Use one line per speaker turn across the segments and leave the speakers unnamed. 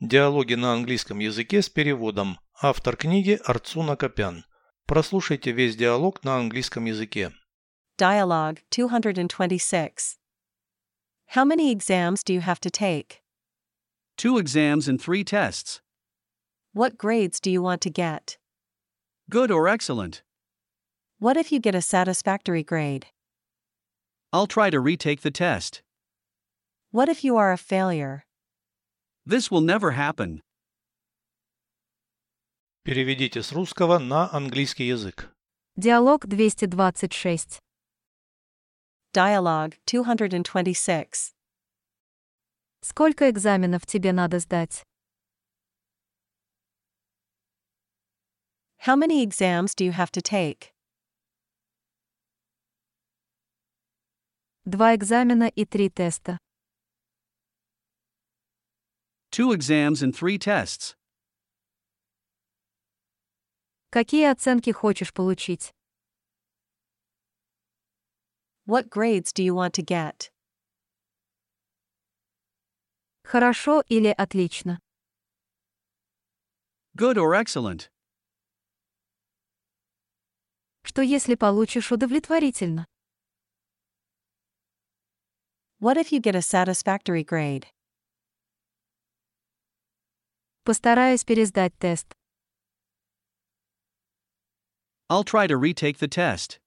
Диалоги на английском языке с переводом. Автор книги Арцуна Копян. Прослушайте весь диалог на английском языке.
Dialogue 226. How many exams do you have to take?
Two exams and three tests.
What grades do you want to get?
Good or excellent.
What if you get a satisfactory grade?
I'll try to retake the test.
What if you are a failure?
This will never happen.
Переведите с русского на английский язык.
Диалог 226.
Dialogue 226.
Сколько экзаменов тебе надо сдать?
How many exams do you have to take?
Два экзамена и три теста.
Two exams and three tests.
Какие оценки хочешь получить?
What grades do you want to get?
Хорошо или отлично?
Good or excellent.
Что если получишь удовлетворительно?
What if you get a satisfactory grade?
Постараюсь пересдать тест.
I'll try to retake the test.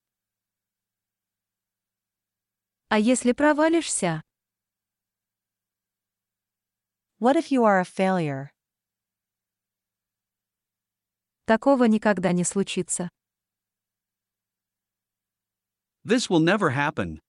А если провалишься?
What if you are a failure?
Такого никогда не случится.
This will never happen.